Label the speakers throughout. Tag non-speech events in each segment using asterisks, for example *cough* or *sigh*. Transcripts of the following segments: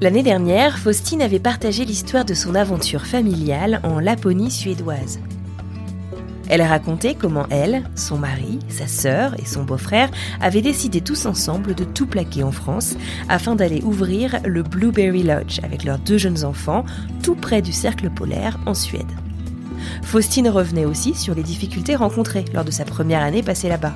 Speaker 1: L'année dernière, Faustine avait partagé l'histoire de son aventure familiale en Laponie suédoise. Elle a raconté comment elle, son mari, sa sœur et son beau-frère avaient décidé tous ensemble de tout plaquer en France afin d'aller ouvrir le Blueberry Lodge avec leurs deux jeunes enfants tout près du cercle polaire en Suède. Faustine revenait aussi sur les difficultés rencontrées lors de sa première année passée là-bas.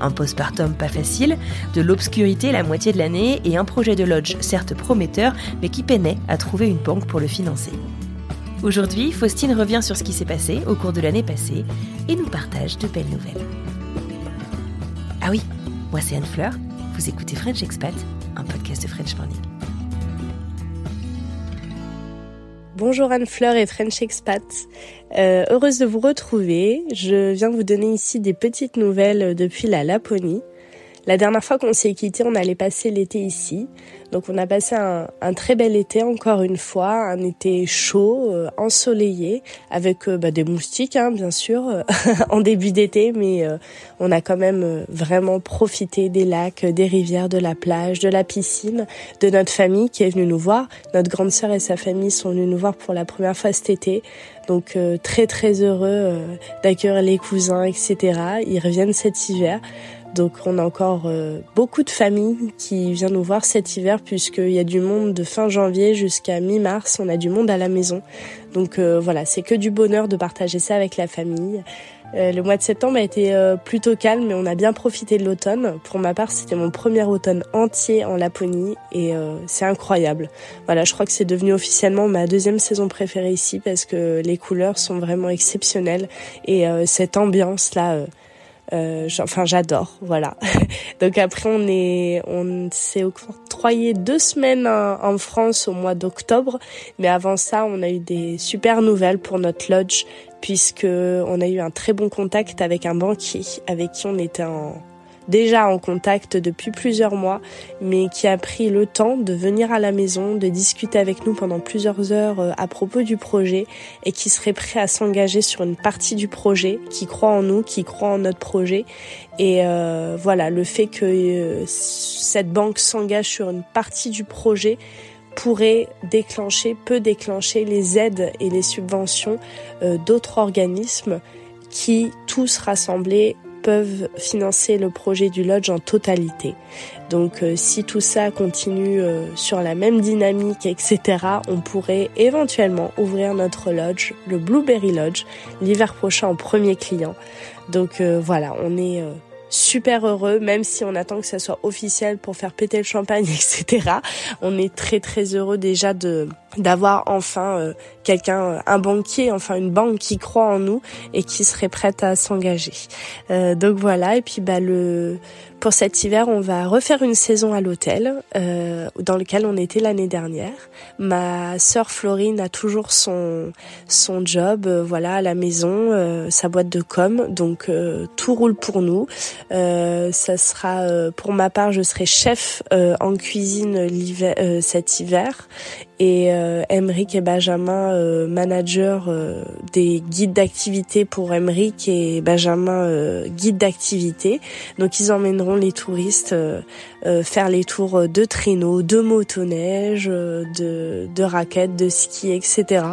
Speaker 1: Un postpartum pas facile, de l'obscurité la moitié de l'année et un projet de lodge certes prometteur mais qui peinait à trouver une banque pour le financer. Aujourd'hui, Faustine revient sur ce qui s'est passé au cours de l'année passée et nous partage de belles nouvelles. Ah oui, moi c'est Anne Fleur, vous écoutez French Expat, un podcast de French Morning.
Speaker 2: Bonjour Anne Fleur et French Expat. Euh, heureuse de vous retrouver. Je viens vous donner ici des petites nouvelles depuis la Laponie. La dernière fois qu'on s'est quitté, on allait passer l'été ici. Donc on a passé un, un très bel été encore une fois, un été chaud, euh, ensoleillé, avec euh, bah, des moustiques hein, bien sûr euh, *laughs* en début d'été, mais euh, on a quand même euh, vraiment profité des lacs, des rivières, de la plage, de la piscine, de notre famille qui est venue nous voir. Notre grande sœur et sa famille sont venues nous voir pour la première fois cet été. Donc euh, très très heureux euh, d'accueillir les cousins, etc. Ils reviennent cet hiver. Donc on a encore euh, beaucoup de familles qui viennent nous voir cet hiver puisqu'il y a du monde de fin janvier jusqu'à mi-mars, on a du monde à la maison. Donc euh, voilà, c'est que du bonheur de partager ça avec la famille. Euh, le mois de septembre a été euh, plutôt calme mais on a bien profité de l'automne. Pour ma part, c'était mon premier automne entier en Laponie et euh, c'est incroyable. Voilà, je crois que c'est devenu officiellement ma deuxième saison préférée ici parce que les couleurs sont vraiment exceptionnelles et euh, cette ambiance là euh, enfin j'adore voilà *laughs* donc après on est on s'est octroyé deux semaines en France au mois d'octobre mais avant ça on a eu des super nouvelles pour notre lodge puisque on a eu un très bon contact avec un banquier avec qui on était en déjà en contact depuis plusieurs mois, mais qui a pris le temps de venir à la maison, de discuter avec nous pendant plusieurs heures euh, à propos du projet et qui serait prêt à s'engager sur une partie du projet, qui croit en nous, qui croit en notre projet. Et euh, voilà, le fait que euh, cette banque s'engage sur une partie du projet, pourrait déclencher, peut déclencher les aides et les subventions euh, d'autres organismes qui, tous rassemblés, peuvent financer le projet du lodge en totalité. Donc euh, si tout ça continue euh, sur la même dynamique, etc., on pourrait éventuellement ouvrir notre lodge, le Blueberry Lodge, l'hiver prochain en premier client. Donc euh, voilà, on est super heureux, même si on attend que ça soit officiel pour faire péter le champagne, *laughs* etc. On est très très heureux déjà de d'avoir enfin euh, quelqu'un, un banquier, enfin une banque qui croit en nous et qui serait prête à s'engager. Euh, donc voilà, et puis bah le pour cet hiver, on va refaire une saison à l'hôtel euh, dans lequel on était l'année dernière. Ma sœur Florine a toujours son son job, euh, voilà, à la maison, euh, sa boîte de com, donc euh, tout roule pour nous. Euh, ça sera, pour ma part, je serai chef euh, en cuisine l'hiver, euh, cet hiver, et euh, Emric et Benjamin, euh, manager euh, des guides d'activité pour Emric et Benjamin euh, guide d'activité. Donc ils emmèneront les touristes euh, faire les tours euh, de traîneaux, de motoneige, de, de raquettes, de ski, etc.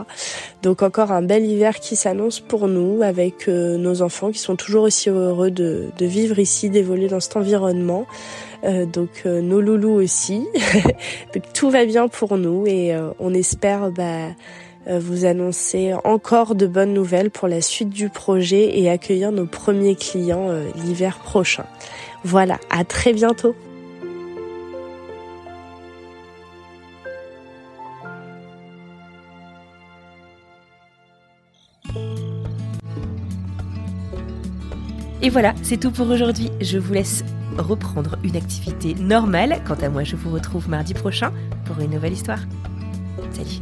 Speaker 2: Donc encore un bel hiver qui s'annonce pour nous avec euh, nos enfants qui sont toujours aussi heureux de, de vivre ici, d'évoluer dans cet environnement. Euh, donc euh, nos *laughs* loulous aussi. donc, tout va bien pour nous et euh, on espère bah, vous annoncer encore de bonnes nouvelles pour la suite du projet et accueillir nos premiers clients euh, l'hiver prochain. Voilà, à très bientôt
Speaker 1: Et voilà, c'est tout pour aujourd'hui. Je vous laisse reprendre une activité normale. Quant à moi, je vous retrouve mardi prochain pour une nouvelle histoire. Salut